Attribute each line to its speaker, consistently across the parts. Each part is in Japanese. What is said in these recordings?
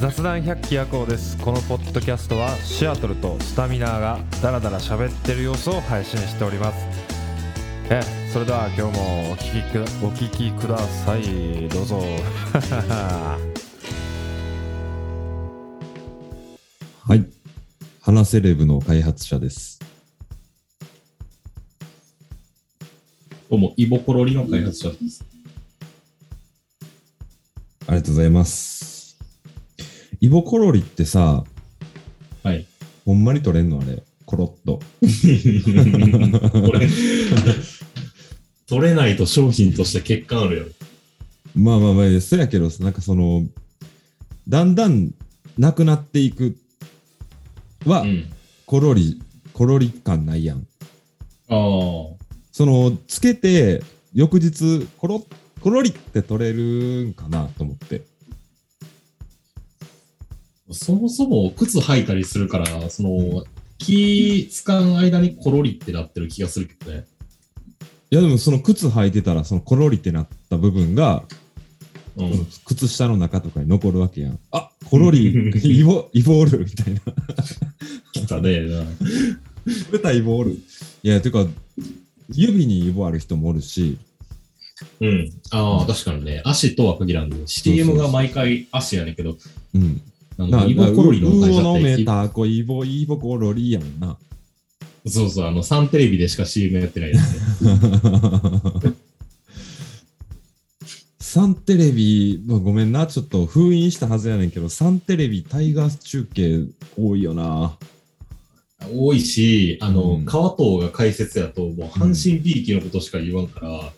Speaker 1: 雑談百鬼夜行ですこのポッドキャストはシアトルとスタミナーがダラダラ喋ってる様子を配信しておりますえそれでは今日もお聞きくだお聞きくださいどうぞ
Speaker 2: はい。花セレブの開発者です。
Speaker 3: どうも、イボコロリの開発者です。
Speaker 2: ありがとうございます。イボコロリってさ、
Speaker 3: はい。
Speaker 2: ほんまに取れんのあれ。コロ ッと。
Speaker 3: これ、取れないと商品として欠陥あるやろ。
Speaker 2: まあまあまあ、そやけど、なんかその、だんだんなくなっていくは、
Speaker 3: うん。
Speaker 2: コロリ、コロリ感ないやん。
Speaker 3: あ
Speaker 2: その、つけて、翌日、コロコロリって取れるんかなと思って。
Speaker 3: あ。そもそも靴履いたりするから、その、気使う間にコロリってなってる気がするけどね。
Speaker 2: いやでもその靴履いてたら、そのコロリってなった部分が、
Speaker 3: う
Speaker 2: その
Speaker 3: ん。
Speaker 2: 靴下の中とかに残るわけやん。あコロ リ、イボ、イボールみたいな。
Speaker 3: 来たね。
Speaker 2: 取れたイボール。いや、てか、指にイボある人もおるし、
Speaker 3: うん。ああ、確かにね。足とは限らんね。CM が毎回足やねんけど、
Speaker 2: うん。
Speaker 3: なんかイボコロリの
Speaker 2: う
Speaker 3: 会
Speaker 2: おの
Speaker 3: 社っ
Speaker 2: め
Speaker 3: て。
Speaker 2: たこイボ、イボコロリやもんな。
Speaker 3: そうそう、あの、サンテレビでしか CM やってないやつね。
Speaker 2: サンテレビ、まあごめんな、ちょっと封印したはずやねんけど、サンテレビタイガース中継多いよな。
Speaker 3: 多いし、あの、
Speaker 2: うん
Speaker 3: 川藤が解説やと、もう阪神ビーキのことしか言わん から、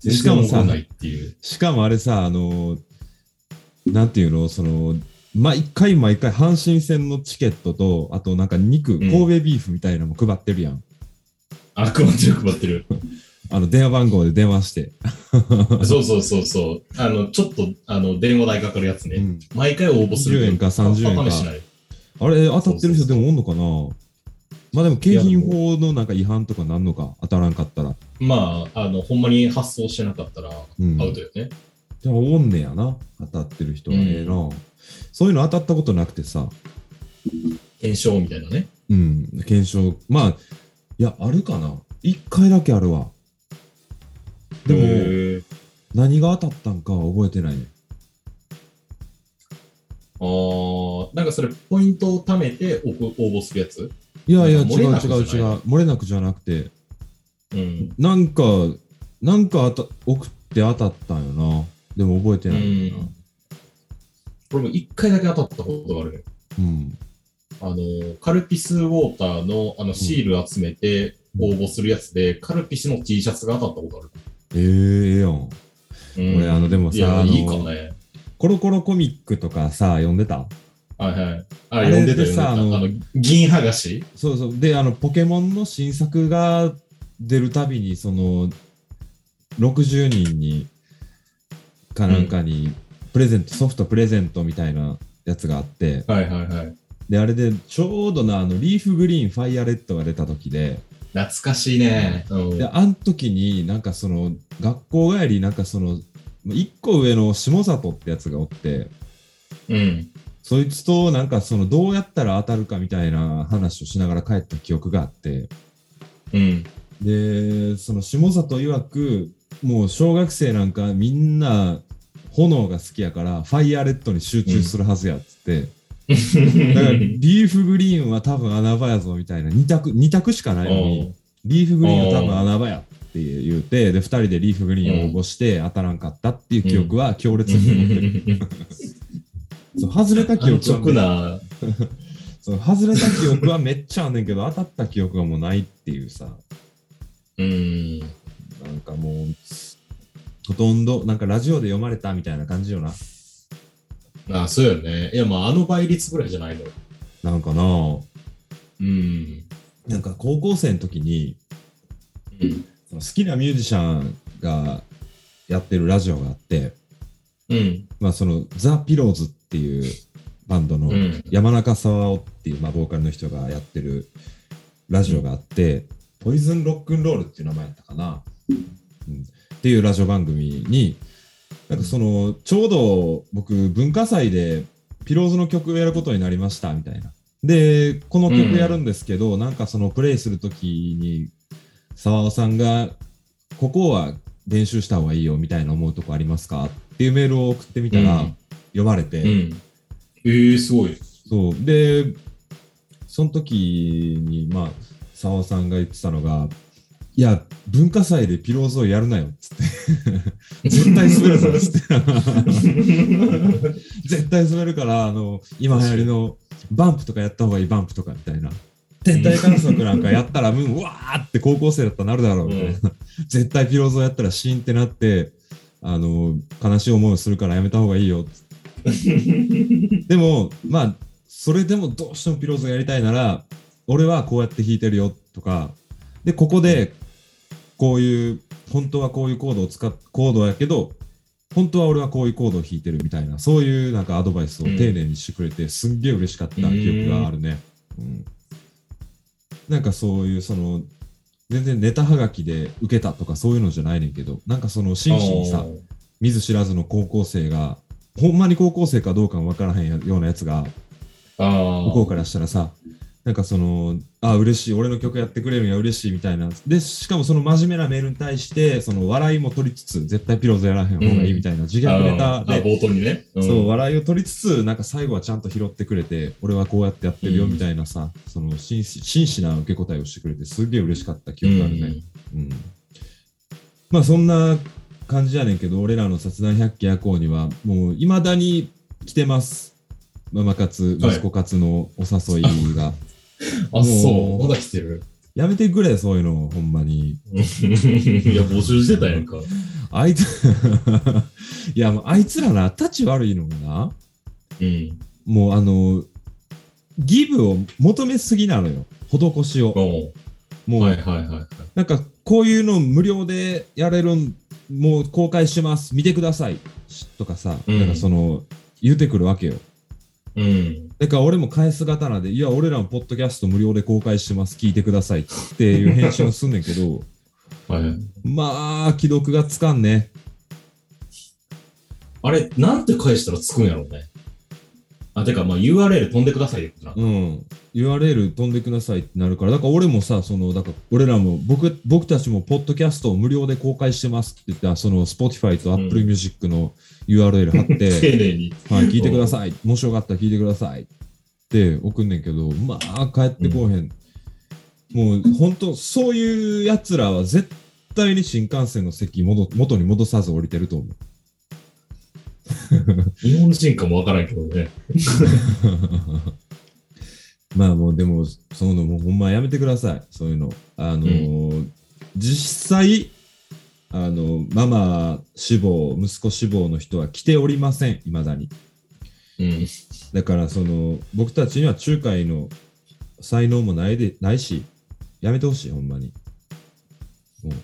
Speaker 3: 全
Speaker 2: しか
Speaker 3: 然
Speaker 2: も
Speaker 3: わ
Speaker 2: さ
Speaker 3: かんないっていう。
Speaker 2: しかもあれさ、あのなんていうの、その、毎回毎回、阪神戦のチケットと、あとなんか肉、神戸ビーフみたいなのも配ってるやん。
Speaker 3: あ、配ってる配っ てる。
Speaker 2: あの、電話番号で電話して。
Speaker 3: そうそうそうそう。あの、ちょっと、あの、電話代かかるやつね。
Speaker 2: うん
Speaker 3: 毎回応募するけど。
Speaker 2: 10円か30円か
Speaker 3: パパ試しない。
Speaker 2: あれ、当たってる人
Speaker 3: そうそうそ
Speaker 2: で
Speaker 3: う
Speaker 2: もおんのかなまあでも、景
Speaker 3: いや
Speaker 2: 品
Speaker 3: でも
Speaker 2: 法のなんか違反とかなんのか、当たらんかったら。
Speaker 3: まあ、あの、ほんまに発送してなかったら、
Speaker 2: うん
Speaker 3: アウトよね。
Speaker 2: じゃあ、おんねやな、当たってる人は。
Speaker 3: うん
Speaker 2: ええな。そういうの当たったことなくてさ、
Speaker 3: 検証みたいなね。
Speaker 2: うん、検証。まあ、いや、あるかな。一回だけあるわ。で
Speaker 3: へ
Speaker 2: も、
Speaker 3: ー
Speaker 2: 何が当たったんかは覚えてないね。
Speaker 3: あーなんかそれ、ポイントを貯めて応募応募するやつ。
Speaker 2: いやいや、違
Speaker 3: な
Speaker 2: うん
Speaker 3: か
Speaker 2: 違
Speaker 3: 漏
Speaker 2: う違う
Speaker 3: れなくじゃない。
Speaker 2: 漏れなくじゃなくて、
Speaker 3: うん。
Speaker 2: なんか、なんかあた送って当たったんよな。でも覚えて
Speaker 3: う
Speaker 2: ないよな。
Speaker 3: ん。これも一回だけ当たったことがあるね。
Speaker 2: うん。
Speaker 3: あの、カルピスウォーターのあのシール集めて応募するやつで、カルピスの T シャツが当たったこと
Speaker 2: ええええやん。
Speaker 3: ある。うん
Speaker 2: 俺あのでもさ
Speaker 3: いや、
Speaker 2: あの
Speaker 3: いいかね。
Speaker 2: コロコロコミックとかさ、読んでた
Speaker 3: はいはい。あ、
Speaker 2: あれ
Speaker 3: 読んでた
Speaker 2: でさ
Speaker 3: よ、ね。あ
Speaker 2: あの
Speaker 3: の、銀剥がし
Speaker 2: そうそう。で、あの、ポケモンの新作が出るたびに、その、60人に、かなんかに、プレゼント、ソフトプレゼントみたいなやつがあって、
Speaker 3: はいはいはい。
Speaker 2: で、あれで、ちょうどな、あの、リーフグリーン、ファイアレッドが出た時で、
Speaker 3: 懐かしいね。うん
Speaker 2: で、あん時に、なんかその、学校帰り、なんかその、一個上の下里ってやつがおって、
Speaker 3: うん。
Speaker 2: そいつとなんかその、どうやったら当たるかみたいな話をしながら帰った記憶があって、
Speaker 3: うん。
Speaker 2: で、その下里曰く、もう小学生なんかみんな炎が好きやから、ファイアーレッドに集中するはずやっつって、 だからリーフグリーンは多分穴場やぞみたいな、2択、二択しかないのに、リーフグリーンは多分穴場やって言うて、で、2人でリーフグリーンを応募して当たらんかったっていう記憶は強烈に残って る。そう外れた記
Speaker 3: 安
Speaker 2: 憶
Speaker 3: 直
Speaker 2: は、ね、
Speaker 3: な、
Speaker 2: そう外れた記憶はめっちゃあんねんけど、当たった記憶がもうないっていうさ、
Speaker 3: うん。
Speaker 2: なんかもう、ほとんど、なんかラジオで読まれたみたいな感じよな。
Speaker 3: あ、そうよね。いや、まあ、あの倍率ぐらいじゃないの。
Speaker 2: なんかな
Speaker 3: うん。
Speaker 2: なんか高校生の時に、
Speaker 3: うん。
Speaker 2: その好きなミュージシャンがやってるラジオがあって、
Speaker 3: うん。
Speaker 2: まあその、ザ・ピローズっていうバンドの、
Speaker 3: うん。
Speaker 2: 山中沢夫っていう、まあ、ボーカルの人がやってるラジオがあって、ポイズンロックンロールっていう名前やったかな、うん、っていうラジオ番組になんかその、ちょうど僕、文化祭で、ピローズの曲をやることになりました、みたいな。で、この曲やるんですけど、なんかその、プレイするときに、沢尾さんが、ここは練習した方がいいよ、みたいな思うとこありますかっていうメールを送ってみたら、
Speaker 3: うん
Speaker 2: 読まれて、
Speaker 3: うん。ええ、すごい。
Speaker 2: そう。で、その時に、まあ、沢尾さんが言ってたのが、いや、文化祭でピローズをやるなよ、つって。絶対滑るから、つ って。 絶対滑るから、あの、今流行りのバンプとかやった方がいい、バンプとかみたいな。天体観測なんかやったら、うん、うわーって高校生だったらなるだろう、みたいな。 絶対ピローズをやったらシーンってなって、あの、悲しい思いをするからやめた方がいい よ、つってでも、まあ、それでもどうしてもピローズがやりたいなら、俺はこうやって弾いてるよとか、で、ここで、こういう、本当はこういうコードを使っ、コードやけど、本当は俺はこういうコードを弾いてるみたいな、そういうなんかアドバイスを丁寧にしてくれて、すんげえ嬉しかった記憶があるね。うん。なんかそういう、その、全然ネタはがきで受けたとかそういうのじゃないねんけど、なんかその真摯にさ、見ず知らずの高校生が、ほんまに高校生かどうかもわからへんようなやつが、
Speaker 3: ああ。
Speaker 2: 向こうからしたらさなんかそのあ嬉しい俺の曲やってくれるんや嬉しいみたいなでしかもその真面目なメールに対してその笑いも取りつつ絶対ピローズやらへん方がいいみたいな自虐ネタ
Speaker 3: あーあ
Speaker 2: で、
Speaker 3: 冒頭にね。ん
Speaker 2: そう笑いを取りつつなんか最後はちゃんと拾ってくれて俺はこうやってやってるよみたいなさ、その真摯真摯な受け答えをしてくれてすげえ嬉しかった記憶があるね。うんまあそんな感じやねんけど、俺らの殺談百景夜行には、もういまだに来てます。ママ活、
Speaker 3: はい
Speaker 2: 息子活のお誘い が。
Speaker 3: うんあ、そ
Speaker 2: も
Speaker 3: う。
Speaker 2: う
Speaker 3: まだ来てる。
Speaker 2: やめてくれ、そういうの、ほんまに。
Speaker 3: いや、募集してたやんか。
Speaker 2: あいつ、 いや、もうあいつらな、たち悪いのがな、
Speaker 3: うん。
Speaker 2: もうあの、ギブを求めすぎなのよ。施しを。
Speaker 3: お
Speaker 2: もう、
Speaker 3: はいはいはい。
Speaker 2: なんか、こういうの無料でやれるん、もう公開します、見てください、しとかさ、
Speaker 3: うん
Speaker 2: なんかその、言うてくるわけよ。
Speaker 3: うん。
Speaker 2: だから俺も返す刀で、いや、俺らのポッドキャスト無料で公開してます、聞いてくださいっていう返信をすんねんけど、
Speaker 3: はい。
Speaker 2: まあ、既読がつかんね。
Speaker 3: あれ、なんて返したらつくんやろうね。あ、てか、まあ URL 飛んでくださいよってな。
Speaker 2: うん。URL 飛んでくださいってなるから、だから俺もさ、その、だから俺らも、僕、僕たちもポッドキャストを無料で公開してますって言ったら、その Spotify と Apple Music の URL 貼 って、
Speaker 3: 丁寧に。
Speaker 2: はい、聞いてください。もしよかったら聞いてください。って送んねんけど、まあ、帰ってこうへん。もう、ほんと、そういうやつらは絶対に新幹線の席戻、元に戻さず降りてると思う。
Speaker 3: 日本人かもわからんけどね。
Speaker 2: まあもう、でも、その、もうほんまやめてください。そういうの。あのー実際、あの、ママ志望、息子志望の人は来ておりません。いまだに。
Speaker 3: うん。
Speaker 2: だからその僕たちには仲介の才能もないでないしやめてほしいほんまにもう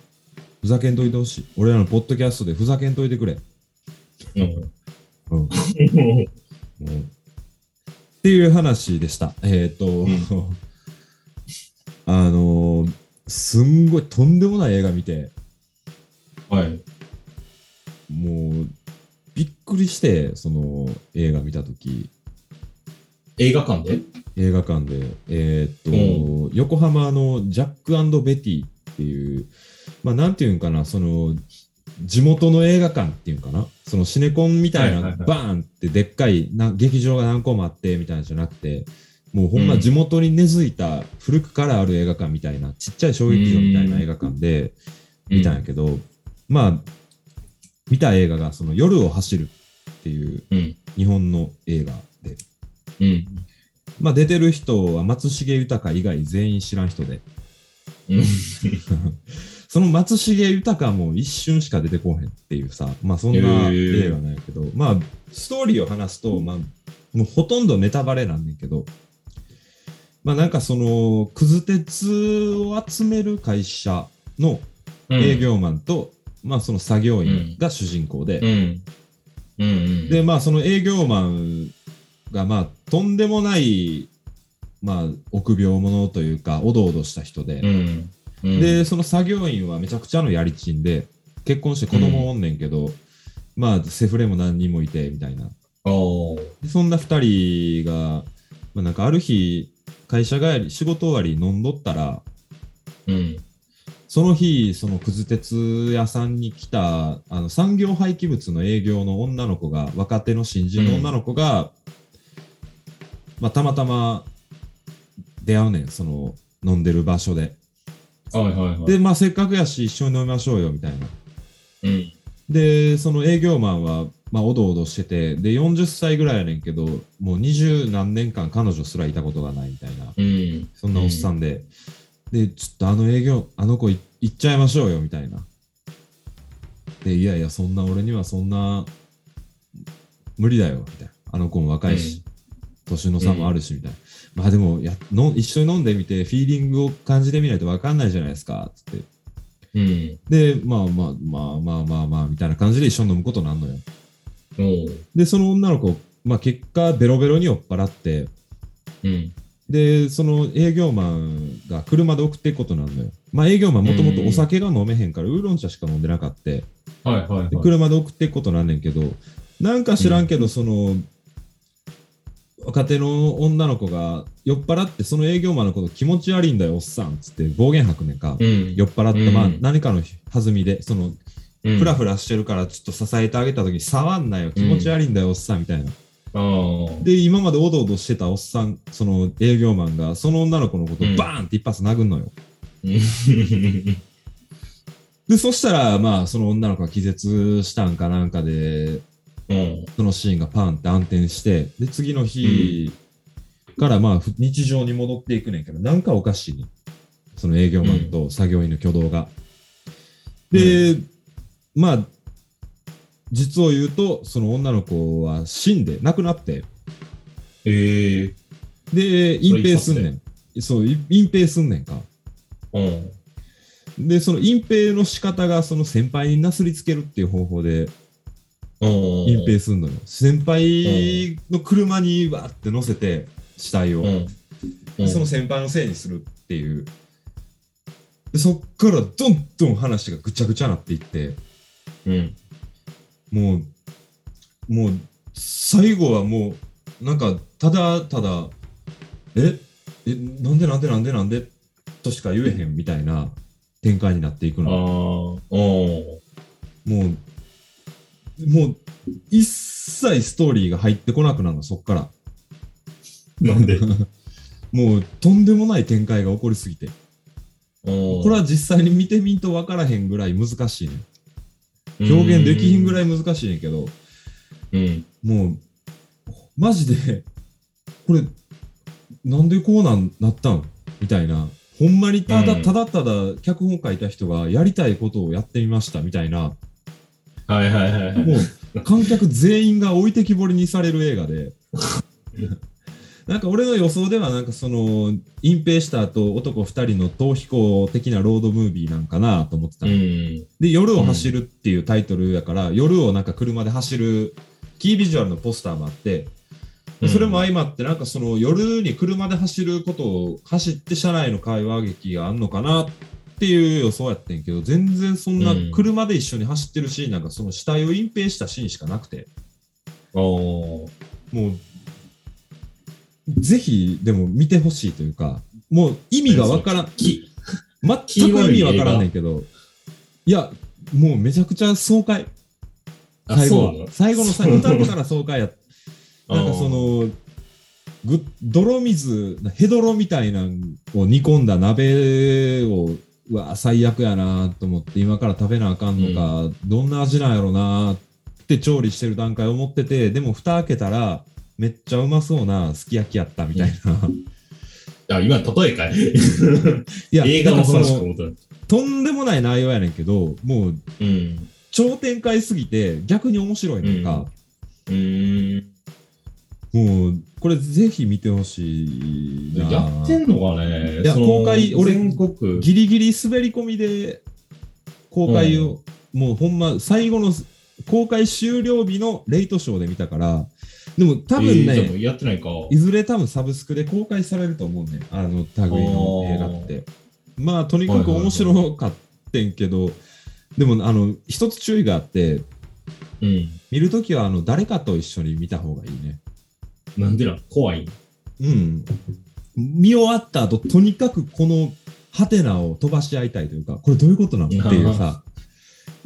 Speaker 2: ふざけんといてほしい俺らのポッドキャストでふざけんといてくれ
Speaker 3: うん。
Speaker 2: うんもうっていう話でしたえっ、と、 あのーすんごいとんでもない映画見て
Speaker 3: はい。
Speaker 2: もうびっくりしてその映画見た時
Speaker 3: 映画館で
Speaker 2: 映画館で、えーっと、横浜のジャックベティっていう、まあ、なんていうんかな、その、地元の映画館っていうんかな、そのシネコンみたいな、
Speaker 3: はいはいはい
Speaker 2: バーンってでっかいな劇場が何個もあってみたいなのじゃなくて、もうほんま
Speaker 3: うん
Speaker 2: 地元に根付いた古くからある映画館みたいな、ちっちゃい小劇場みたいな映画館で見たんやけど、まあ、見た映画が、その夜を走るっていう
Speaker 3: うん。
Speaker 2: 日本の映画で、
Speaker 3: うん。
Speaker 2: まあ、出てる人は松重豊以外全員知らん人で、
Speaker 3: うん。
Speaker 2: その松重豊も一瞬しか出てこうへんっていうさ、まあそんな
Speaker 3: へー
Speaker 2: 例はないけど、まあストーリーを話すと、まあもうほとんどネタバレなんだけど、まあなんかその、くず鉄を集める会社の
Speaker 3: うん
Speaker 2: 営。業マンと、まあその作業員が主人公で、
Speaker 3: うん。うんうん。
Speaker 2: で、まあ、その営業マンが、まあ、とんでもない、まあ、臆病者というか、おどおどした人
Speaker 3: う
Speaker 2: で、
Speaker 3: ん。うん。
Speaker 2: で、その作業員はめちゃくちゃのやりちんで、結婚して子供おんねんけど、まあ、セフレも何人もいて、みたいな。
Speaker 3: あー
Speaker 2: でそんな2人が、まあ、なんかある日、会社帰り、仕事終わり飲んどったら、
Speaker 3: うん。
Speaker 2: その日、そのくず鉄屋さんに来た、あの産業廃棄物の営業の女の子が、若手の新人の女の子が、まあ、たまたま出会うねん、その飲んでる場所で。
Speaker 3: はいはいはい。
Speaker 2: で、まあ、せっかくやし、一緒に飲みましょうよ、みたいな。
Speaker 3: うん。
Speaker 2: で、その営業マンは、まあ、おどおどしてて、で、40歳ぐらいやねんけど、もう二十何年間彼女すらいたことがないみたいな、
Speaker 3: うん。
Speaker 2: そんなおっさんで、で、ちょっとあの営業、あの子い行っちゃいましょうよ、みたいな。で、いやいや、そんな俺にはそんな、無理だよ、みたいな。あの子も若いし、年の差もあるし、みたいな。まあでもやの、一緒に飲んでみて、フィーリングを感じてみないと分かんないじゃないですか、つって。
Speaker 3: うん。
Speaker 2: で、まあまあまあまあまあまあ、みたいな感じで一緒に飲むことになんのよ。
Speaker 3: おう。
Speaker 2: で、その女の子、まあ結果、ベロベロに酔っ払って、
Speaker 3: うん。
Speaker 2: で、その営業マンが車で送っていくことになんのよ。まあ営業マンもともとお酒が飲めへんから、ウーロン茶しか飲んでなかって、
Speaker 3: はいはいはい。
Speaker 2: で車で送っていくことなんねんけど、なんか知らんけど、その、若手の女の子が酔っ払って、その営業マンのこと気持ち悪いんだよ、おっさん、つって暴言吐くねんか。
Speaker 3: うん。
Speaker 2: 酔っ払って、まあ
Speaker 3: うん
Speaker 2: 何かの弾みで、その
Speaker 3: うん
Speaker 2: フラフラしてるからちょっと支えてあげた時に触んなよ気持ち悪いんだよ、おっさんみたいな
Speaker 3: あー
Speaker 2: で今までおどおどしてたおっさんその営業マンがその女の子のことを
Speaker 3: うん
Speaker 2: バーンって一発殴んのよ、
Speaker 3: うん
Speaker 2: でそしたらまあその女の子が気絶したんかなんかで
Speaker 3: うん。
Speaker 2: そのシーンがパンって暗転してで次の日からまあふ日常に戻っていくねんけどなんかおかしいねんその営業マンと作業員の挙動が、で、まあ実を言うとその女の子は死んで亡くなって
Speaker 3: ええ。
Speaker 2: で、隠蔽すんねん。そう、い隠蔽すんねんか。
Speaker 3: うん。
Speaker 2: で、その隠蔽の仕方が、その先輩になすりつけるっていう方法で
Speaker 3: うん。
Speaker 2: 隠蔽すんのよ。先輩の車にわーって乗せて、死体を。
Speaker 3: うん。うん。
Speaker 2: その先輩のせいにするっていう。でそっからどんどん話がぐちゃぐちゃなっていって、
Speaker 3: うん。
Speaker 2: もう、もう、最後はもう、なんか、ただただ、ええ、なんでなんでなんでなんでとしか言えへんみたいな展開になっていく
Speaker 3: ああ
Speaker 2: の。
Speaker 3: ー。うん。
Speaker 2: もう、もう、一切ストーリーが入ってこなくなるの、そっから。
Speaker 3: なんで
Speaker 2: もう、とんでもない展開が起こりすぎて。
Speaker 3: こ
Speaker 2: これは実際に見てみんと分からへんぐらい難しいね。表現できひんぐら
Speaker 3: い。
Speaker 2: い難しいねんけど、
Speaker 3: うん。
Speaker 2: もう、マジで、これ、なんでこうなんなったんみたいな。ほんまにただ、
Speaker 3: うん
Speaker 2: ただただ脚本書いた人がやりたいことをやってみましたみたいな、
Speaker 3: はいはいはいはい。
Speaker 2: もう観客全員が置いてきぼりにされる映画で。なんか俺の予想ではなんかその隠蔽した後男2人の逃避行的なロードムービーなんかなと思ってた
Speaker 3: う
Speaker 2: の、
Speaker 3: ん。
Speaker 2: で「夜を走る」っていうタイトルやから、夜をなんか車で走るキービジュアルのポスターもあって、
Speaker 3: うん
Speaker 2: それも相まって、なんかその夜に車で走ることを走って車内の会話劇があんのかなっていう予想やってんけど、全然そんな
Speaker 3: うん
Speaker 2: 車で一緒に走ってるシーンなんかその死体を隠蔽したシーンしかなくて、
Speaker 3: あー
Speaker 2: もう、ぜひでも見てほしいというか、もう意味がわからん、
Speaker 3: き
Speaker 2: 全く意味わからんねんけど、いや、もうめちゃくちゃ爽快。
Speaker 3: あ
Speaker 2: 最後
Speaker 3: そう
Speaker 2: は
Speaker 3: なの
Speaker 2: 最後の最後、歌ったから爽快やった
Speaker 3: あー
Speaker 2: なんかその、ぐ泥水、ヘドロみたいなのを煮込んだ鍋を、うわあ、最悪やなと思って、今から食べなあかんのか、どんな味なんやろなって調理してる段階を思ってて、でも蓋開けたら、めっちゃうまそうなすき焼きやったみたいな。
Speaker 3: あ、今、例えかい
Speaker 2: いや、
Speaker 3: 映画の
Speaker 2: なんか
Speaker 3: 話
Speaker 2: そ
Speaker 3: かと
Speaker 2: の
Speaker 3: 思った。
Speaker 2: とんでもない内容やねんけど、もう
Speaker 3: うん。
Speaker 2: 超展開すぎて逆に面白いのか、
Speaker 3: うーん。
Speaker 2: もうこれぜひ見てほしいな。
Speaker 3: やってんのかね
Speaker 2: いや
Speaker 3: その
Speaker 2: 公開俺
Speaker 3: 全国。
Speaker 2: ギリギリ滑り込みで公開を、もうほんま最後の公開終了日のレイトショーで見たからでも多分
Speaker 3: えーじゃあも
Speaker 2: ね、
Speaker 3: うやってないか。
Speaker 2: いずれ多分サブスクで公開されると思うねあの類の映画ってまあとにかく面白かってんけど、でもあの一つ注意があって
Speaker 3: うん。
Speaker 2: 見るときはあの誰かと一緒に見た方がいいね。
Speaker 3: なんでなん怖い。
Speaker 2: うん。見終わった後、とにかくこのハテナを飛ばし合いたいというか、これどういうことなのっていうさ、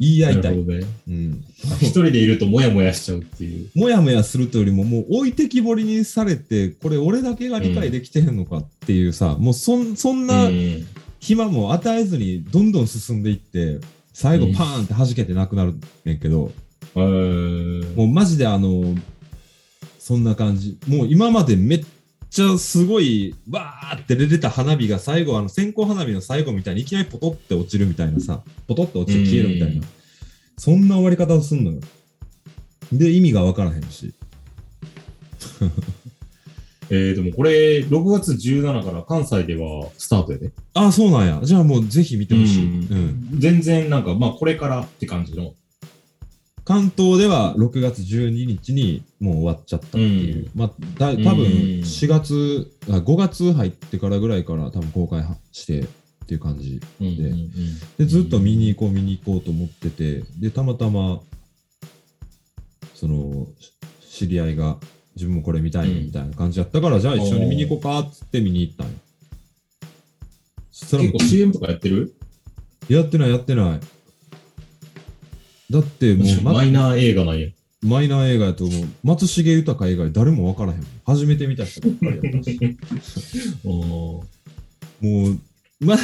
Speaker 2: 言い合いた。
Speaker 3: ないるほどね。
Speaker 2: うん。
Speaker 3: 一人でいるとモヤモヤしちゃうっていう。
Speaker 2: もやもやするというよりも、もう置いてきぼりにされて、これ俺だけが理解できてへんのかっていうさ、もうそんそんな
Speaker 3: うん
Speaker 2: 暇も与えずにどんどん進んでいって、最後
Speaker 3: うん
Speaker 2: パーンって弾けてなくなるねんけど、
Speaker 3: えー
Speaker 2: もうマジであの、そんな感じ。もう今までめっちゃすごい、わーって出てた花火が最後、あの線香花火の最後みたいにいきなりポトって落ちるみたいなさ、ポトって落ちて消えるみたい
Speaker 3: うん
Speaker 2: な。そんな終わり方をすんのよ。で、意味がわからへんし。
Speaker 3: えー、でもこれ、6月17から関西ではスタートやで。
Speaker 2: ああ、そうなんや。じゃあもうぜひ見てほしい。
Speaker 3: う
Speaker 2: うん。
Speaker 3: 全然なんか、まあこれからって感じの。
Speaker 2: 関東では6月12日にもう終わっちゃったっていう、まあだ多分
Speaker 3: うん
Speaker 2: 4月、あ5月入ってからぐらいから多分公開してっていう感じ
Speaker 3: うんうんうん
Speaker 2: でずっと見に行こう見に行こうと思っててでたまたまそのし知り合いが自分もこれ見たいね
Speaker 3: うん
Speaker 2: みたいな感じやったから、じゃあ一緒に見に行こうかっつって見に行ったんよそしたら
Speaker 3: 結構 CM とかやってる
Speaker 2: やってないやってないだってもう、ま
Speaker 3: マイナー映画なんや。
Speaker 2: マイナー映画やと思う。松重豊以外誰も分からへん。初めて見た人ばっかりやったし。
Speaker 3: お
Speaker 2: もう、ま、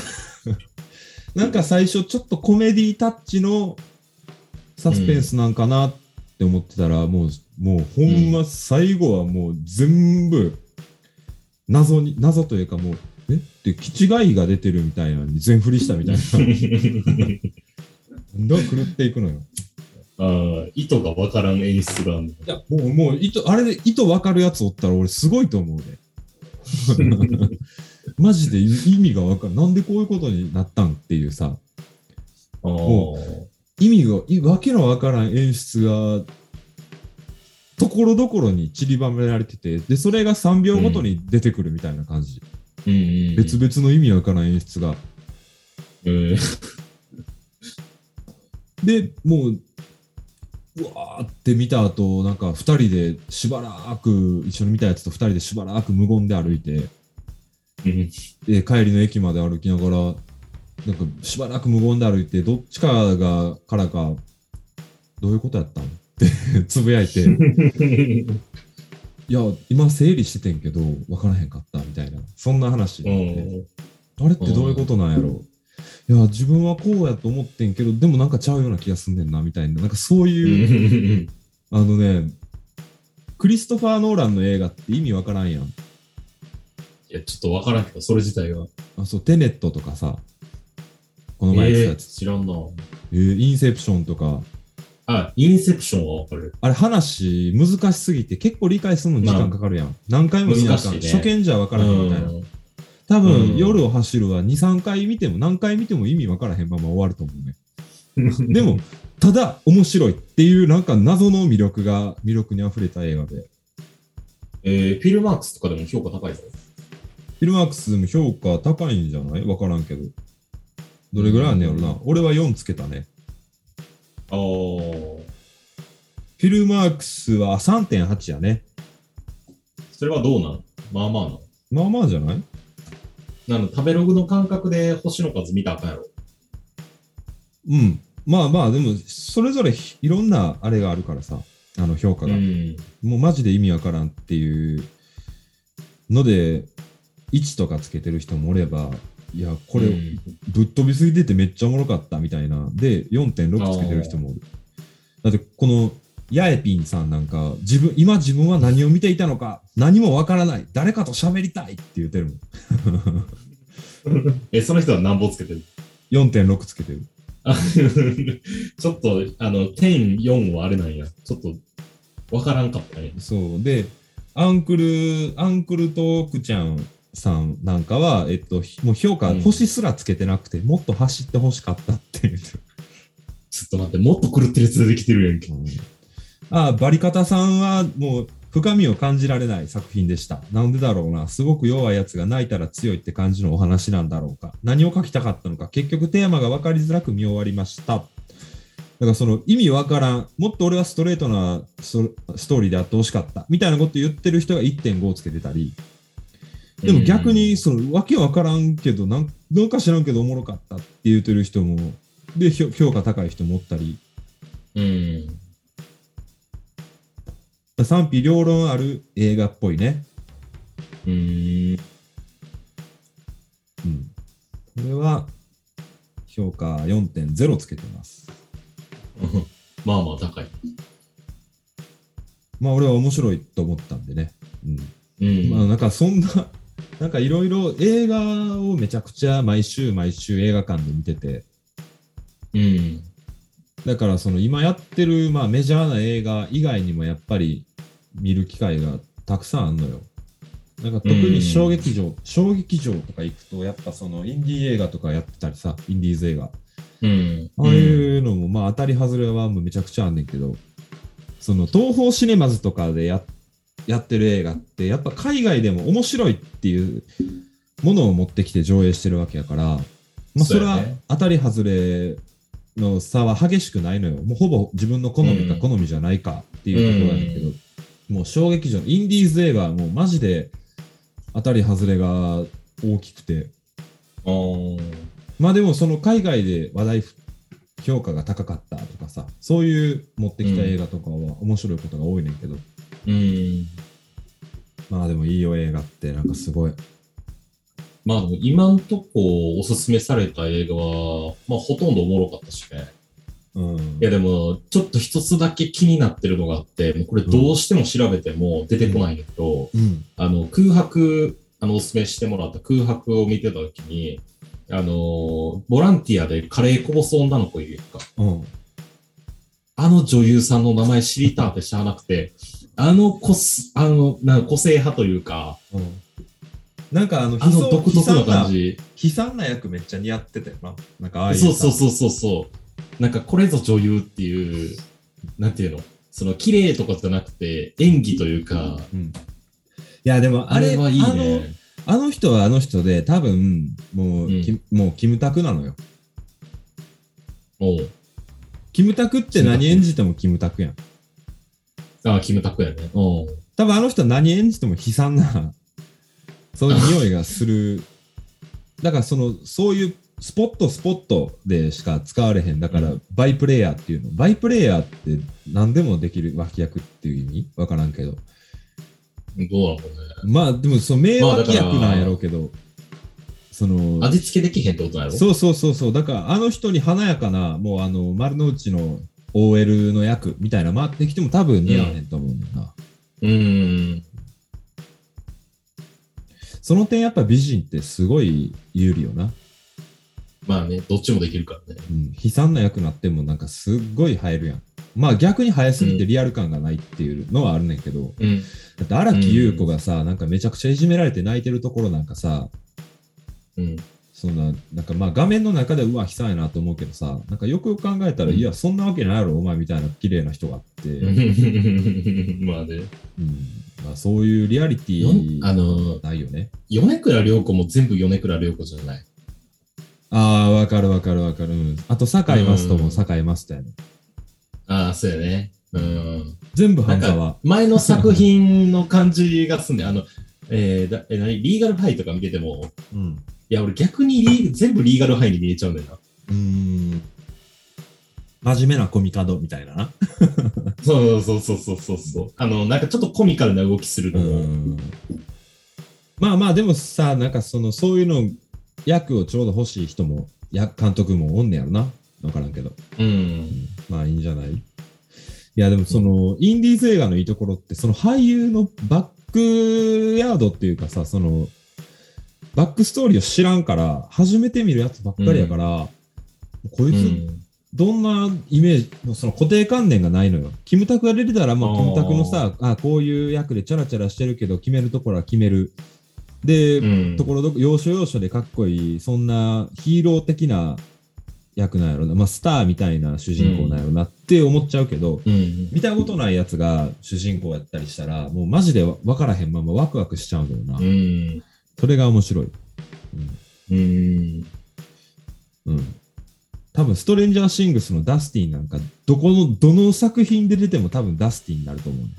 Speaker 2: なんか最初ちょっとコメディタッチのサスペンスなんかなって思ってたら、もう、もうほんま最後はもう全部謎に、謎というかもう、えって、気違いが出てるみたいなのに全振りしたみたい な。
Speaker 3: ー
Speaker 2: どんどん狂っていくのよ。
Speaker 3: あー意図がわからん演出がある
Speaker 2: いや、もう、もう、糸、あれで糸分かるやつおったら俺すごいと思う で。マジで意味が分かる。なんでこういうことになったんっていうさ、
Speaker 3: の。
Speaker 2: 意味が、いわけの分からん演出が、ところどころに散りばめられてて、で、それが3秒ごとに出てくるみたいな感じ。
Speaker 3: あーうんうん
Speaker 2: 別々の意味わからん演出が。
Speaker 3: うん
Speaker 2: で、もう、うわーって見た後、なんか2人でしばらく、一緒に見たやつと2人でしばらく無言で歩いて、
Speaker 3: うん
Speaker 2: で帰りの駅まで歩きながらなんかしばらく無言で歩いてどっちかがからかどういうことやったんってつぶやいて いや今整理しててんけど分からへんかったみたいなそんな話
Speaker 3: う
Speaker 2: になって
Speaker 3: ん
Speaker 2: あれってどういうことなんやろいや自分はこうやと思ってんけどでもなんかちゃうような気がすんねんなみたいななんかそう
Speaker 3: う
Speaker 2: いう、
Speaker 3: ん
Speaker 2: あのねクリストファー・ノーランの映画って意味わからんやん
Speaker 3: いや、ちょっとわからんけど、それ自体が。
Speaker 2: あそうテネットとかさこの前やってたや
Speaker 3: えー
Speaker 2: つ、
Speaker 3: 知らんな。
Speaker 2: えーインセプションとか
Speaker 3: あ、インセプションはわかる。
Speaker 2: あれ話難しすぎて結構理解するの時間かかるやん。何回も見なあかん、
Speaker 3: 難しいね
Speaker 2: 初見じゃ分からへんみたいな。
Speaker 3: うん
Speaker 2: 多分、
Speaker 3: うん
Speaker 2: 夜を走るは2、3回見ても何回見ても意味分からへんまま終わると思うね。 でも、ただ面白いっていうなんか謎の魅力が、魅力に溢れた映画で。
Speaker 3: えーフィルマークスとかでも評価高いぞ。
Speaker 2: フィルマークスでも評価高いんじゃない分からんけど。どれぐらいあんねやろな。俺は4つけたね。
Speaker 3: ああ。
Speaker 2: フィルマークスは3.8やね。
Speaker 3: それはどうなんまあまあなの。
Speaker 2: まあまあじゃない
Speaker 3: なの食べログの感覚で星の数見たらあかんやろ。
Speaker 2: うん。まあまあ、でも、それぞれひいろんなあれがあるからさ、あの評価が。
Speaker 3: ん。
Speaker 2: もうマジで意味わからんっていうので、1とかつけてる人もおれば、いや、これ
Speaker 3: うん
Speaker 2: ぶっ飛びすぎててめっちゃおもろかったみたいな。で、4.6つけてる人もおる。だって、この、やえぴんさんなんか、自分、今自分は何を見ていたのか、何もわからない。誰かと喋りたいって言ってるもん。
Speaker 3: え、その人は何本つけてる
Speaker 2: 4.6つけてる。
Speaker 3: あちょっと、あの、点4はあれなんや。ちょっと、わからんかったね。
Speaker 2: そう。で、アンクル、アンクルとクちゃんさんなんかは、えっと、ひもう評価、
Speaker 3: うん
Speaker 2: 星すらつけてなくて、もっと走ってほしかったっていう。
Speaker 3: ちょっと待って、もっと狂ってるやつ出てきてるやんけ。
Speaker 2: ああ、バリカタさんはもう深みを感じられない作品でした。なんでだろうな。すごく弱いやつが泣いたら強いって感じのお話なんだろうか。何を書きたかったのか。結局テーマが分かりづらく見終わりました。だからその意味わからん、もっと俺はストレートなストストーリーであってほしかったみたいなこと言ってる人が1.5をつけてたり、でも逆に、その、わけわからんけど、なん、どうか知らんけどおもろかったって言ってる人も、で、ひょ評価高い人もおったり、
Speaker 3: うん。
Speaker 2: 賛否両論ある映画っぽいね。
Speaker 3: うん。
Speaker 2: う ん。これは、評価4.0つけてます。
Speaker 3: まあまあ高い。
Speaker 2: まあ、俺は面白いと思ったんでね。う
Speaker 3: うん。
Speaker 2: ん。まあ、なんかそんな、なんかいろいろ映画をめちゃくちゃ毎週毎週映画館で見てて、
Speaker 3: うん。
Speaker 2: だからその今やってるまあメジャーな映画以外にもやっぱり見る機会がたくさんあるのよ。なんか特に小劇場、小劇場とか行くとやっぱそのインディー映画とかやってたりさ、インディーズ映画。
Speaker 3: うん。
Speaker 2: ああいうのもまあ当たり外れはもうめちゃくちゃあんねんけど、その東宝シネマズとかでややってる映画ってやっぱ海外でも面白いっていうものを持ってきて上映してるわけやから、まあ、それ
Speaker 3: そう
Speaker 2: は
Speaker 3: やね
Speaker 2: 当たり外れの差は激しくないのよ。もうほぼ自分の好みか
Speaker 3: うん
Speaker 2: 好みじゃないかっていうところやねんけど、もう小劇場、インディーズ映画はもうマジで当たり外れが大きくて、
Speaker 3: あー
Speaker 2: まあでもその海外で話題評価が高かったとかさそういう持ってきた映画とかは面白いことが多いねんけど、
Speaker 3: うん。
Speaker 2: まあでもいいよ映画ってなんかすごい
Speaker 3: まあ、今んとこおすすめされた映画は、まあ、ほとんどおもろかったしね。
Speaker 2: うん
Speaker 3: いや、でも、ちょっと一つだけ気になってるのがあって、もうこれどうしても調べても出てこないんだけど、
Speaker 2: うん
Speaker 3: あの、空白、あの、おすすめしてもらった空白を見てたときに、あの、ボランティアでカレーこぼす女の子いるやんか。
Speaker 2: うん
Speaker 3: あの女優さんの名前知りたってしゃあなくて、あの個す、あの、なんか個性派というか、
Speaker 2: うんなんかあの
Speaker 3: あの
Speaker 2: 悲
Speaker 3: 独特な感じ。
Speaker 2: 悲惨な悲惨な役めっちゃ似合ってたよななんかああいう
Speaker 3: そうそう
Speaker 2: さ
Speaker 3: そうそうそう。なんかこれぞ女優っていう、なんていうのその綺麗とかじゃなくて、演技というか、
Speaker 2: うんいやでもあ
Speaker 3: あ
Speaker 2: れ
Speaker 3: れはいい
Speaker 2: あの
Speaker 3: ね。
Speaker 2: あの人はあの人で多分もう、
Speaker 3: うん
Speaker 2: きもうキムタクなのよ
Speaker 3: おう
Speaker 2: キムタクって何演じてもキムタクやん
Speaker 3: あ、キムタクやね。おう
Speaker 2: 多分あの人は何演じても悲惨なその匂いがするだからそのそういうスポットスポットでしか使われへんだから、
Speaker 3: うん
Speaker 2: バイプレイヤーっていうのバイプレイヤーって何でもできる脇役っていう意味わからんけど
Speaker 3: どうなのね。
Speaker 2: まあでもその名脇役なんやろうけど、その
Speaker 3: 味付けできへんってことなの
Speaker 2: そうそうそうそうだからあの人に華やかなもうあの丸の内の OL の役みたいな回ってきても多分似合わへんと思うんだよな、
Speaker 3: うーん。
Speaker 2: その点やっぱ美人ってすごい有利よな
Speaker 3: まあね、どっちもできるからね。
Speaker 2: うん、悲惨な役になってもなんかすっごい映えるやん。まあ逆に映えすぎてリアル感がないっていうのはあるねんけど、
Speaker 3: うん。
Speaker 2: だって荒木優子がさ、なんかめちゃくちゃいじめられて泣いてるところなんかさ、
Speaker 3: うん。
Speaker 2: そんな、なんかまあ画面の中でうわ、悲惨やなと思うけどさ、なんかよくよく考えたら、
Speaker 3: うん
Speaker 2: いや、そんなわけないやろ、お前みたいな綺麗な人があって、うん、
Speaker 3: まあね。
Speaker 2: まあそういうリアリテ
Speaker 3: よ
Speaker 2: ィ
Speaker 3: あの、
Speaker 2: ないよね。
Speaker 3: 米倉涼子も全部米倉涼子じゃない。
Speaker 2: ああ、わかるわかるわかる。うんあと、堺雅人も堺雅人やね。
Speaker 3: ああ、そうやね。うん。
Speaker 2: 全部
Speaker 3: なん
Speaker 2: 半沢
Speaker 3: か。、前の作品の感じがすんね。あの、えー、だえ何リーガルハイとか見てても、
Speaker 2: うん。
Speaker 3: いや、俺逆にリー全部リーガルハイに見えちゃうんだよな。
Speaker 2: うーん。真面目なコミカドみたいなな。
Speaker 3: そうそうそうそうそうそう。あの、なんかちょっとコミカルな動きするのも、
Speaker 2: まあまあ、でもさ、なんかその、そういうの、役をちょうど欲しい人も、や監督もおんねやろな。わからんけど。
Speaker 3: うん。
Speaker 2: まあいいんじゃないいや、でもその、インディーズ映画のいいところって、その俳優のバックヤードっていうかさ、その、バックストーリーを知らんから、初めて見るやつばっかりやから、こ
Speaker 3: う
Speaker 2: いつ
Speaker 3: ん。
Speaker 2: どんなイメージのその固定観念がないのよ。キムタクが出てたら、まあ、
Speaker 3: あー
Speaker 2: キムタクのさ、あこういう役でチャラチャラしてるけど、決めるところは決める。で、
Speaker 3: うん
Speaker 2: ところどころ、要所要所でかっこいい、そんなヒーロー的な役なんやろな、まあ、スターみたいな主人公なんやろなって思っちゃうけど、
Speaker 3: うん。
Speaker 2: 見たことないやつが主人公やったりしたら、もうマジで分からへんままワクワクしちゃうんだよな。
Speaker 3: うん。
Speaker 2: それが面白い。
Speaker 3: うん。
Speaker 2: うん。多分ストレンジャーシングスのダスティンなんか、どこの、どの作品で出ても多分ダスティンになると思うね。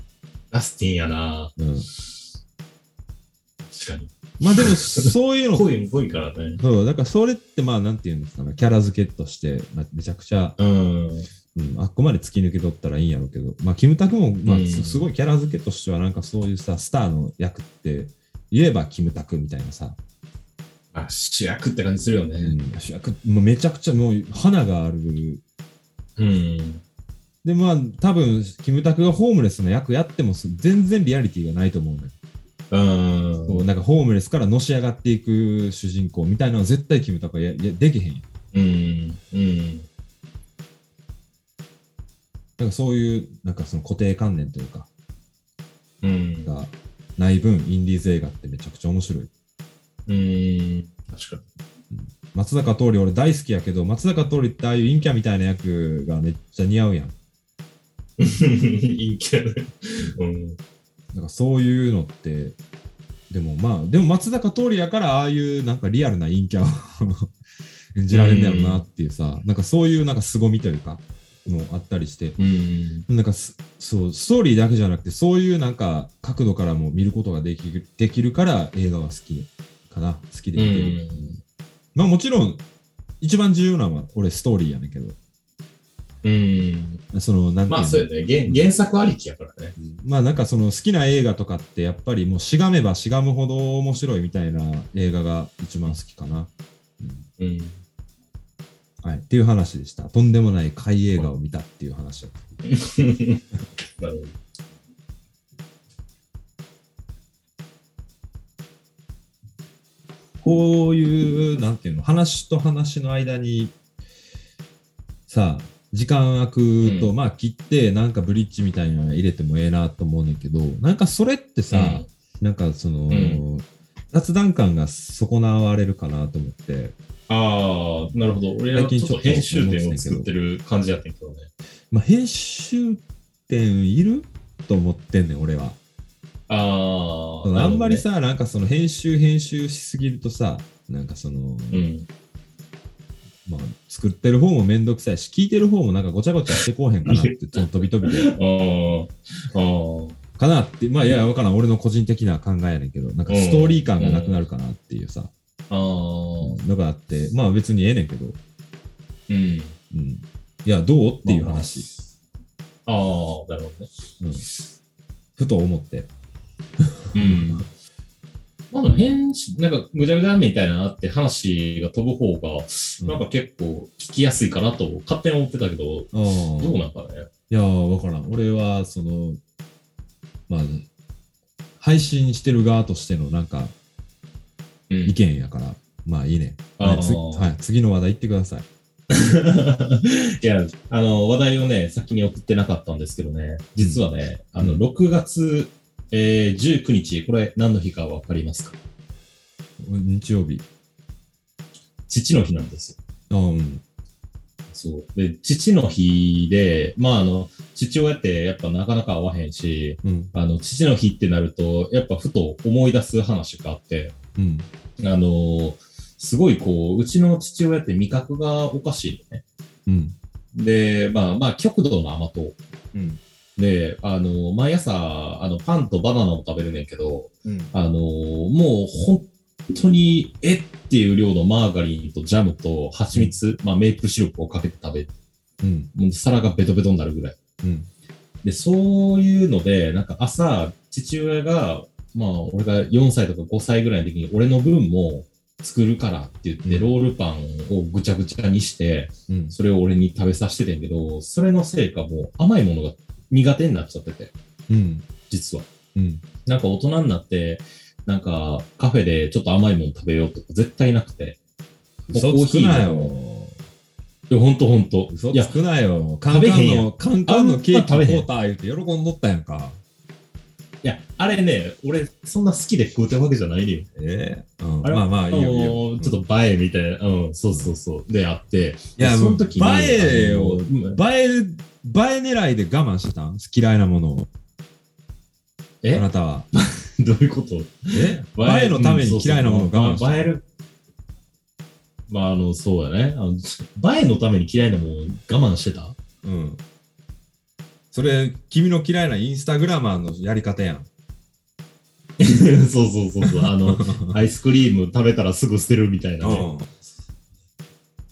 Speaker 3: ダスティンやな
Speaker 2: うん。
Speaker 3: 確かに。
Speaker 2: まあでも、そういうの、
Speaker 3: 濃い、濃いからね。
Speaker 2: そう、だからそれってまあ、なんていうんですかね、キャラ付けとして、まあめちゃくちゃ、
Speaker 3: うん。
Speaker 2: うん、あっこまで突き抜け取ったらいいんやろうけど、まあ、キムタクも、まあ、
Speaker 3: うん
Speaker 2: すすごいキャラ付けとしては、なんかそういうさ、スターの役って、言えばキムタクみたいなさ、
Speaker 3: あ、主役って感じするよ
Speaker 2: う
Speaker 3: ね。
Speaker 2: ん、主役、もうめちゃくちゃもう花がある。
Speaker 3: うん。
Speaker 2: で、まあ、多分、キムタクがホームレスの役やっても、す全然リアリティがないと思うのよ。
Speaker 3: うん。
Speaker 2: こうなんかホームレスからのし上がっていく主人公みたいなのは絶対キムタクはややできへんよ
Speaker 3: うん。うん。
Speaker 2: なんかそういう、なんかその固定観念というか、
Speaker 3: うん。
Speaker 2: がない分、インディーズ映画ってめちゃくちゃ面白い。
Speaker 3: うん。確かに。
Speaker 2: 松坂桃李俺大好きやけど、松坂桃李ってああいう陰キャみたいな役がめっちゃ似合うやん。
Speaker 3: 陰キャね。うん。
Speaker 2: なんかそういうのって、でもまあ、でも松坂桃李やからああいうなんかリアルな陰キャを 演じられるんだろうなっていうさ、なんかそういうなんか凄みというか、もあったりして、
Speaker 3: うん。
Speaker 2: なんかすそう、ストーリーだけじゃなくて、そういうなんか角度からも見ることができるできるから映画は好きかな。好きで見てる。
Speaker 3: うん
Speaker 2: まあもちろん、一番重要なのは俺ストーリーやねんけど、
Speaker 3: うん。
Speaker 2: その、なんていう
Speaker 3: まあ
Speaker 2: の
Speaker 3: そうやね。原原作ありきやからね。
Speaker 2: まあなんかその好きな映画とかってやっぱりもうしがめばしがむほど面白いみたいな映画が一番好きかな。
Speaker 3: うん。
Speaker 2: はい。っていう話でした。とんでもない怪映画を見たっていう話だった
Speaker 3: なるほど
Speaker 2: こういう、なんていうの、話と話の間に、さあ、時間空くと、
Speaker 3: うん
Speaker 2: まあ切って、なんかブリッジみたいなの入れてもええなと思うねんだけど、なんかそれってさ、
Speaker 3: うん
Speaker 2: なんかその、
Speaker 3: ん
Speaker 2: 雑談感が損なわれるかなと思って、
Speaker 3: ああ、なるほど。俺はちょっと編集点を作ってる感じやってんけどね。
Speaker 2: まあ編集点いると思ってんねん、俺は。
Speaker 3: ああ、
Speaker 2: あんまり
Speaker 3: さ、
Speaker 2: さ、なんかその編集編集しすぎるとさ、なんかその、
Speaker 3: うん。
Speaker 2: まあ、作ってる方もめんどくさいし、聞いてる方もなんかごちゃごちゃしてこうへんかなって、ちょっと飛び飛び で。
Speaker 3: あーあー、
Speaker 2: かなって、まあ、いや、わからん。俺の個人的な考えやねんけど、なんかストーリー感がなくなるかなっていうさ、
Speaker 3: ああ、
Speaker 2: のがあって、まあ別にええねんけど、
Speaker 3: うん。っ
Speaker 2: うん。いや、どうっていう話、。
Speaker 3: ああ、なるほどね。
Speaker 2: うん。ふと思って。
Speaker 3: うん。まあでも編集、なんかぐちゃぐちゃみたいななって話が飛ぶ方が、
Speaker 2: うん
Speaker 3: なんか結構聞きやすいかなと勝手に思ってたけど、
Speaker 2: ああ。
Speaker 3: どうなんかね。
Speaker 2: いやー、わからん。俺は、その、まあ、配信してる側としてのなんか
Speaker 3: う
Speaker 2: 意
Speaker 3: ん。
Speaker 2: 見やから、まあいいね。は
Speaker 3: あ
Speaker 2: い、つ
Speaker 3: ー
Speaker 2: はい、次の話題行ってください。
Speaker 3: いや、あの、話題をね、先に送ってなかったんですけどね、実はね、あの、
Speaker 2: うん
Speaker 3: 6月、えー、19日、これ何の日かわかりますか
Speaker 2: 日曜日。
Speaker 3: 父の日なんですよ。
Speaker 2: あーうん。
Speaker 3: そう。で、父の日で、まあ、あの、父親ってやっぱなかなか会わへんし、
Speaker 2: うん。
Speaker 3: あの、父の日ってなると、やっぱふと思い出す話があって、
Speaker 2: うん。
Speaker 3: あのすごいこう、うちの父親って味覚がおかしいのね。
Speaker 2: うん。
Speaker 3: で、まあまあ、極度の甘党。
Speaker 2: うん。
Speaker 3: で、あの毎朝、あの、パンとバナナを食べるねんけど、
Speaker 2: うん。
Speaker 3: あのもう本当に、えっていう量のマーガリンとジャムと蜂蜜、まあメープルシロップをかけて食べて
Speaker 2: うん。
Speaker 3: もう皿がベトベトになるぐらい。
Speaker 2: うん。
Speaker 3: で、そういうので、なんか朝、父親が、まあ、俺が4歳とか5歳ぐらいの時に、俺の分も作るからって言って、
Speaker 2: うん
Speaker 3: ロールパンをぐちゃぐちゃにして、
Speaker 2: うん。
Speaker 3: それを俺に食べさせてたんやけど、それのせいかもう甘いものが苦手になっちゃってて、
Speaker 2: うん。
Speaker 3: 実は。
Speaker 2: うん。
Speaker 3: なんか大人になって、なんかカフェでちょっと甘いもの食べようとか絶対なくて。
Speaker 2: 嘘つくな。よ。
Speaker 3: いや、ほんとほんと。
Speaker 2: 嘘
Speaker 3: いや
Speaker 2: つ、くなよ。カン
Speaker 3: 食べ
Speaker 2: カ
Speaker 3: へ
Speaker 2: ン
Speaker 3: んや
Speaker 2: の、カンカンのケーキ
Speaker 3: あんま食べへ
Speaker 2: ポ
Speaker 3: ん
Speaker 2: ーター言って喜んどったやんか。
Speaker 3: いや、あれね、俺そんな好きで食うてるわけじゃないねよ。
Speaker 2: ええうん。
Speaker 3: あれ
Speaker 2: まあまあ、いいよいい
Speaker 3: あの
Speaker 2: よ。
Speaker 3: ーちょっと映えみたいな、うん、そうそうそう、であって、
Speaker 2: いや、
Speaker 3: そ
Speaker 2: もう
Speaker 3: の時に
Speaker 2: 映えを、
Speaker 3: あ
Speaker 2: 映
Speaker 3: の
Speaker 2: え、映え狙いで我慢してたん嫌いなものを。
Speaker 3: え
Speaker 2: あなた は。
Speaker 3: どういうこと
Speaker 2: え映えのために嫌いなものを我慢して
Speaker 3: うんそうそうそうまあ映
Speaker 2: た。
Speaker 3: える。まあ、あの、そうやね。あの、前のために嫌いなもん我慢してた
Speaker 2: うん。それ、君の嫌いなインスタグラマーのやり方やん。
Speaker 3: そうそうそうそう。あの、 アイスクリーム食べたらすぐ捨てるみたいなね、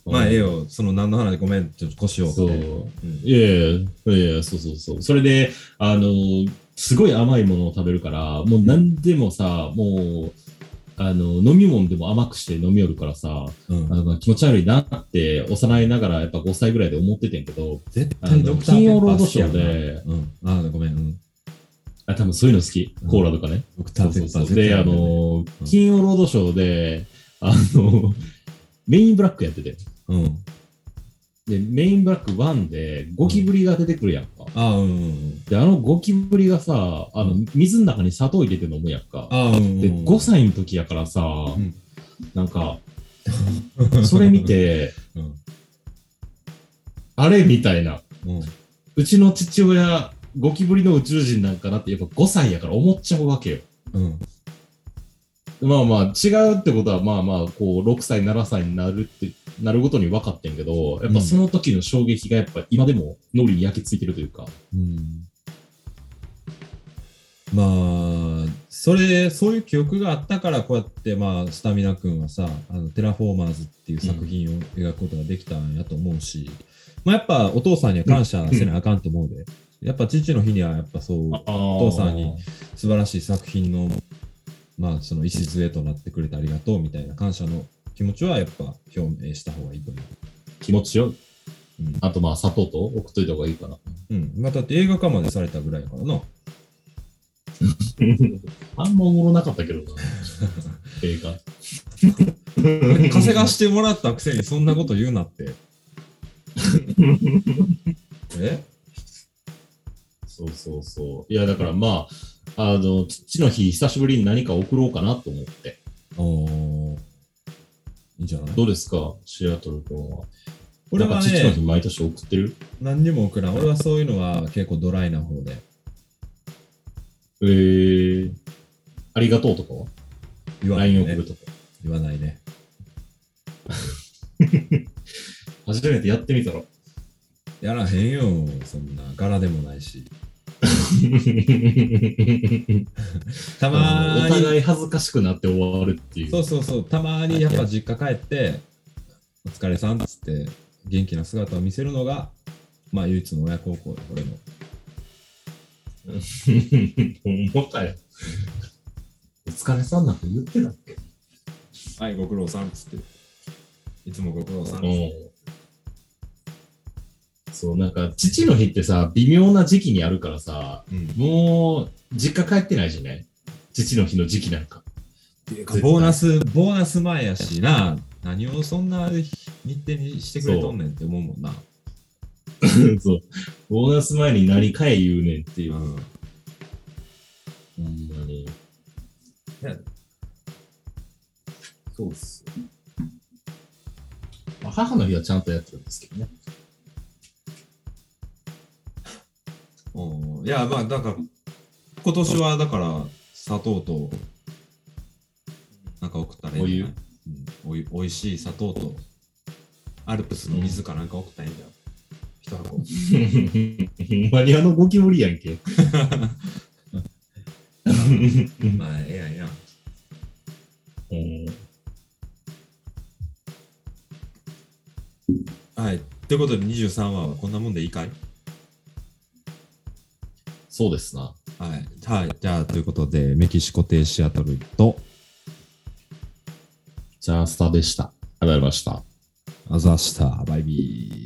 Speaker 2: うん。まあ、ええよ。その何の話ごめん。ちょっと腰を折って。
Speaker 3: そう。
Speaker 2: うん
Speaker 3: いやいや、いやいや、そうそうそう。それで、あの、すごい甘いものを食べるから、もう何でもさ、もう、あの、飲み物でも甘くして飲みよるからさ、
Speaker 2: うん
Speaker 3: あの気持ち悪いなって、幼いながらやっぱ5歳ぐらいで思っててんけど、
Speaker 2: 絶
Speaker 3: あの
Speaker 2: 対ドクター
Speaker 3: 金曜
Speaker 2: ペッ
Speaker 3: ロー
Speaker 2: パ
Speaker 3: ド
Speaker 2: 好き
Speaker 3: ショ
Speaker 2: や
Speaker 3: ー
Speaker 2: んな
Speaker 3: で、
Speaker 2: うん。ああ、ごめん。うん。
Speaker 3: あ、多分そういうの好き。コーラとかね。
Speaker 2: ドクタ
Speaker 3: そう
Speaker 2: ーペ
Speaker 3: そう
Speaker 2: ッパ
Speaker 3: そ
Speaker 2: ー
Speaker 3: う。で、あ
Speaker 2: やんね
Speaker 3: の
Speaker 2: う、ん
Speaker 3: 金曜ロードショーで、あの、メインブラックやってて。
Speaker 2: うん。
Speaker 3: で、メインブラック1でゴキブリが出てくるやんか。
Speaker 2: ああ、うんうんうん。
Speaker 3: で、あのゴキブリがさ、あの、水の中に砂糖入れて飲むやんか。
Speaker 2: ああ、うん。
Speaker 3: で、5歳の時やからさ、
Speaker 2: ん
Speaker 3: なんか、それ見て、
Speaker 2: うん。
Speaker 3: あれみたいな。
Speaker 2: うん。
Speaker 3: うちの父親、ゴキブリの宇宙人なんかなって、やっぱ5歳やから思っちゃうわけよ。
Speaker 2: うん。
Speaker 3: まあまあ、違うってことは、まあまあ、こう、6歳、7歳になるって、なるごとに分かってんけど、やっぱその時の衝撃が、やっぱ今でも脳裏に焼き付いてるというか。
Speaker 2: うんまあ、それ、そういう記憶があったから、こうやって、まあ、スタミナ君はさ、あのテラフォーマーズっていう作品を描くことができたんやと思うし、まあ、やっぱお父さんには感謝せなあかんと思うで、やっぱ父の日には、やっぱそう、
Speaker 3: お
Speaker 2: 父さんに素晴らしい作品の、まあ、その礎となってくれてありがとうみたいな感謝の気持ちは、やっぱ表明した方がいいと思
Speaker 3: 気持ちよ。
Speaker 2: う。うん
Speaker 3: あとまあ、砂糖と送っといた方がいいかな。
Speaker 2: うん。まあ、だって映画化までされたぐらいやからな。
Speaker 3: あんまおもろなかったけど な。映画。
Speaker 2: 稼がしてもらったくせにそんなこと言うな って。え
Speaker 3: そうそうそう。いや、だからまあ、あの、父の日、久しぶりに何か送ろうかなと思って。
Speaker 2: おいいんじゃない
Speaker 3: どうですか、シアトル君は。
Speaker 2: 俺は
Speaker 3: なんか父の日
Speaker 2: ね、
Speaker 3: 毎年送ってる
Speaker 2: 何にも送らん。俺はそういうのは結構ドライな方で。
Speaker 3: えー、ありがとうとかは
Speaker 2: 言わない
Speaker 3: ?LINE 送
Speaker 2: ね
Speaker 3: る。とか。
Speaker 2: 言わないね。
Speaker 3: 初めてやってみた ら。
Speaker 2: やらへんよ。そんな柄でもないし。たま
Speaker 3: お
Speaker 2: ーに。
Speaker 3: 互い恥ずかしくなって終わるっていう。
Speaker 2: そうそうそう。たまーにやっぱ実家帰って、お疲れさんっつって元気な姿を見せるのが、まあ唯一の親孝行よ、俺の。
Speaker 3: ほんまかよ。お疲れさんなんて言ってたっけ
Speaker 2: はい、ご苦労さんっつって。いつもご苦労さんっつって。
Speaker 3: うんそう、なんか、父の日ってさ、微妙な時期にあるからさ、
Speaker 2: うん
Speaker 3: もう、実家帰ってないしね。父の日の時期なんか。絶対
Speaker 2: ボーナス、ボーナス前やしな、何をそんな日程にしてくれとんねんって思うもんな。
Speaker 3: そう。ボーナス前に何かえ言うねんっていう。ほん
Speaker 2: ん、
Speaker 3: まに。そうっすよ。まあ母の日はちゃんとやってるんですけど ね。
Speaker 2: おーいや、まあ、だから、今年はだから、砂糖と、なんか送ったらいいんじゃないうん、おいおいしい砂糖と、アルプスの水かなんか送ったらいいんじゃん。一箱。
Speaker 3: ほんまにあのゴキブリやんけ。
Speaker 2: まあ、ええやんええやん。
Speaker 3: うん
Speaker 2: はい。ということで、23話はこんなもんでいいかい
Speaker 3: そうですな。
Speaker 2: はい。はい。じゃあ、ということで、メキシコ亭シアトルと、
Speaker 3: じゃあ、スターでした。ありがとうございました。
Speaker 2: あざした。バイビー。